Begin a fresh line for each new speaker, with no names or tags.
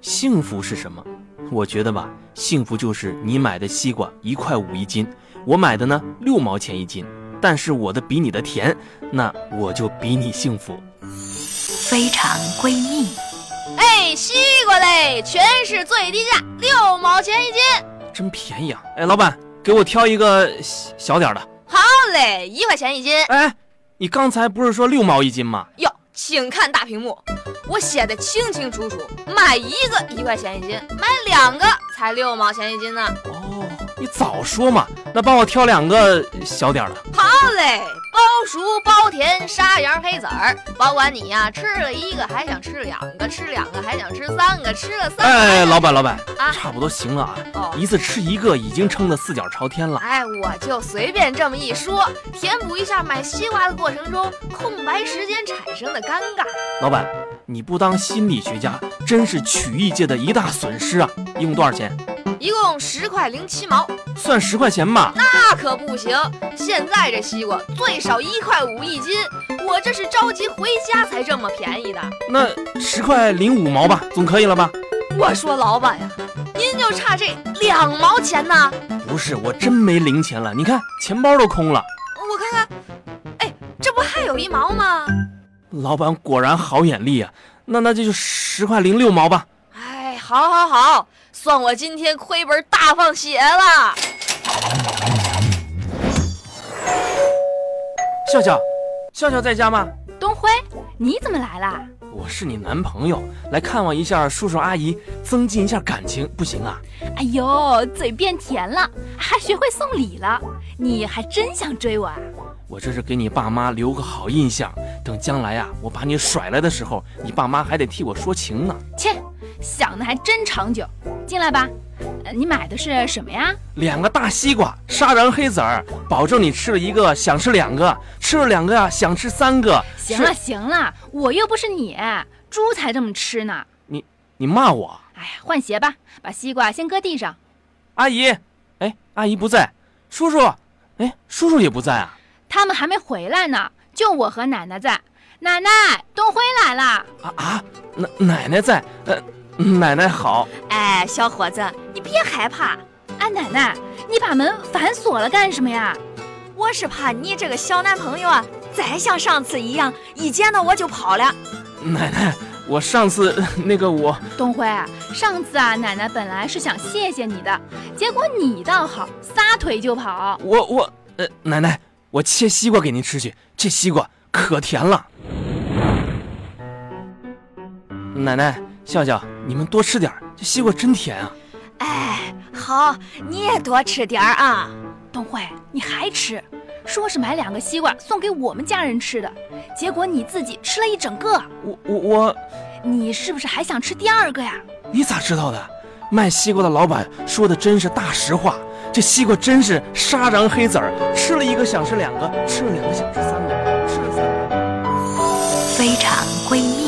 幸福是什么？我觉得吧，幸福就是你买的西瓜一块五一斤，我买的呢六毛钱一斤，但是我的比你的甜，那我就比你幸福。
非常闺蜜，
哎，西瓜嘞，全市最低价，六毛钱一斤，
真便宜啊！哎，老板，给我挑一个小小点儿的。
好哦嘞，一块钱一斤。
哎，你刚才不是说六毛一斤吗？
哟，请看大屏幕，我写的清清楚楚，买一个一块钱一斤，买两个才六毛钱一斤呢。
哦，你早说嘛！那帮我挑两个小点儿的。
好哦嘞，包熟包甜沙瓤黑籽儿，保管你呀、吃了一个还想吃两个，吃两个还想吃三个，吃了三个还
哎，
想
老板，老板，
啊
差不多行了啊，
哦。
一次吃一个已经撑得四脚朝天了。
哎，我就随便这么一说，填补一下买西瓜的过程中空白时间产生的尴尬。
老板，你不当心理学家，真是曲艺界的一大损失啊！一共多少钱？
一共十块零七毛，
算十块钱吧。
那可不行！现在这西瓜最少一块五一斤，我这是着急回家才这么便宜的。
那十块零五毛吧，总可以了吧？
我说老板呀，您就差这两毛钱呢！
不是，我真没零钱了，你看钱包都空了。
我看看，哎，这不还有一毛吗？
老板果然好眼力啊，那那这就十块零六毛吧。
哎，好好好，算我今天亏本大放血了。
笑笑，笑笑在家吗？
东辉，你怎么来啦？
我是你男朋友，来看望一下叔叔阿姨，增进一下感情，不行啊？
哎呦，嘴变甜了，还学会送礼了，你还真想追我啊？
我这是给你爸妈留个好印象，等将来啊，我把你甩了的时候，你爸妈还得替我说情呢。
切，想的还真长久。进来吧，呃，你买的是什么呀？
两个大西瓜，沙瓤黑籽儿，保证你吃了一个想吃两个，吃了两个呀、想吃三个。
行
是
了，行了，我又不是你，猪才这么吃呢。
你骂我，
哎呀，换鞋吧，把西瓜先搁地上。
阿姨，哎，阿姨不在，叔叔，哎，叔叔也不在啊。
他们还没回来呢，就我和奶奶在。奶奶，东辉来啦！
啊啊，奶奶奶在，呃，奶奶好。
哎，小伙子，你别害怕，
哎，奶奶，你把门反锁了干什么呀？
我是怕你这个小男朋友啊，再像上次一样，一见到我就跑了。
奶奶，我上次那个我，
东辉，上次啊，奶奶本来是想谢谢你的，结果你倒好，撒腿就跑。
我我，呃，奶奶，我切西瓜给您吃去，这西瓜可甜了。奶奶，笑笑，你们多吃点儿，这西瓜真甜啊。
哎，好，你也多吃点儿啊。
东辉，你还吃？说是买两个西瓜送给我们家人吃的，结果你自己吃了一整个，
我我我，
你是不是还想吃第二个呀？
你咋知道的？卖西瓜的老板说的真是大实话，这西瓜真是沙瓤黑籽儿，吃了一个想吃两个，吃了两个想吃三个，吃了三个。
非常闺蜜。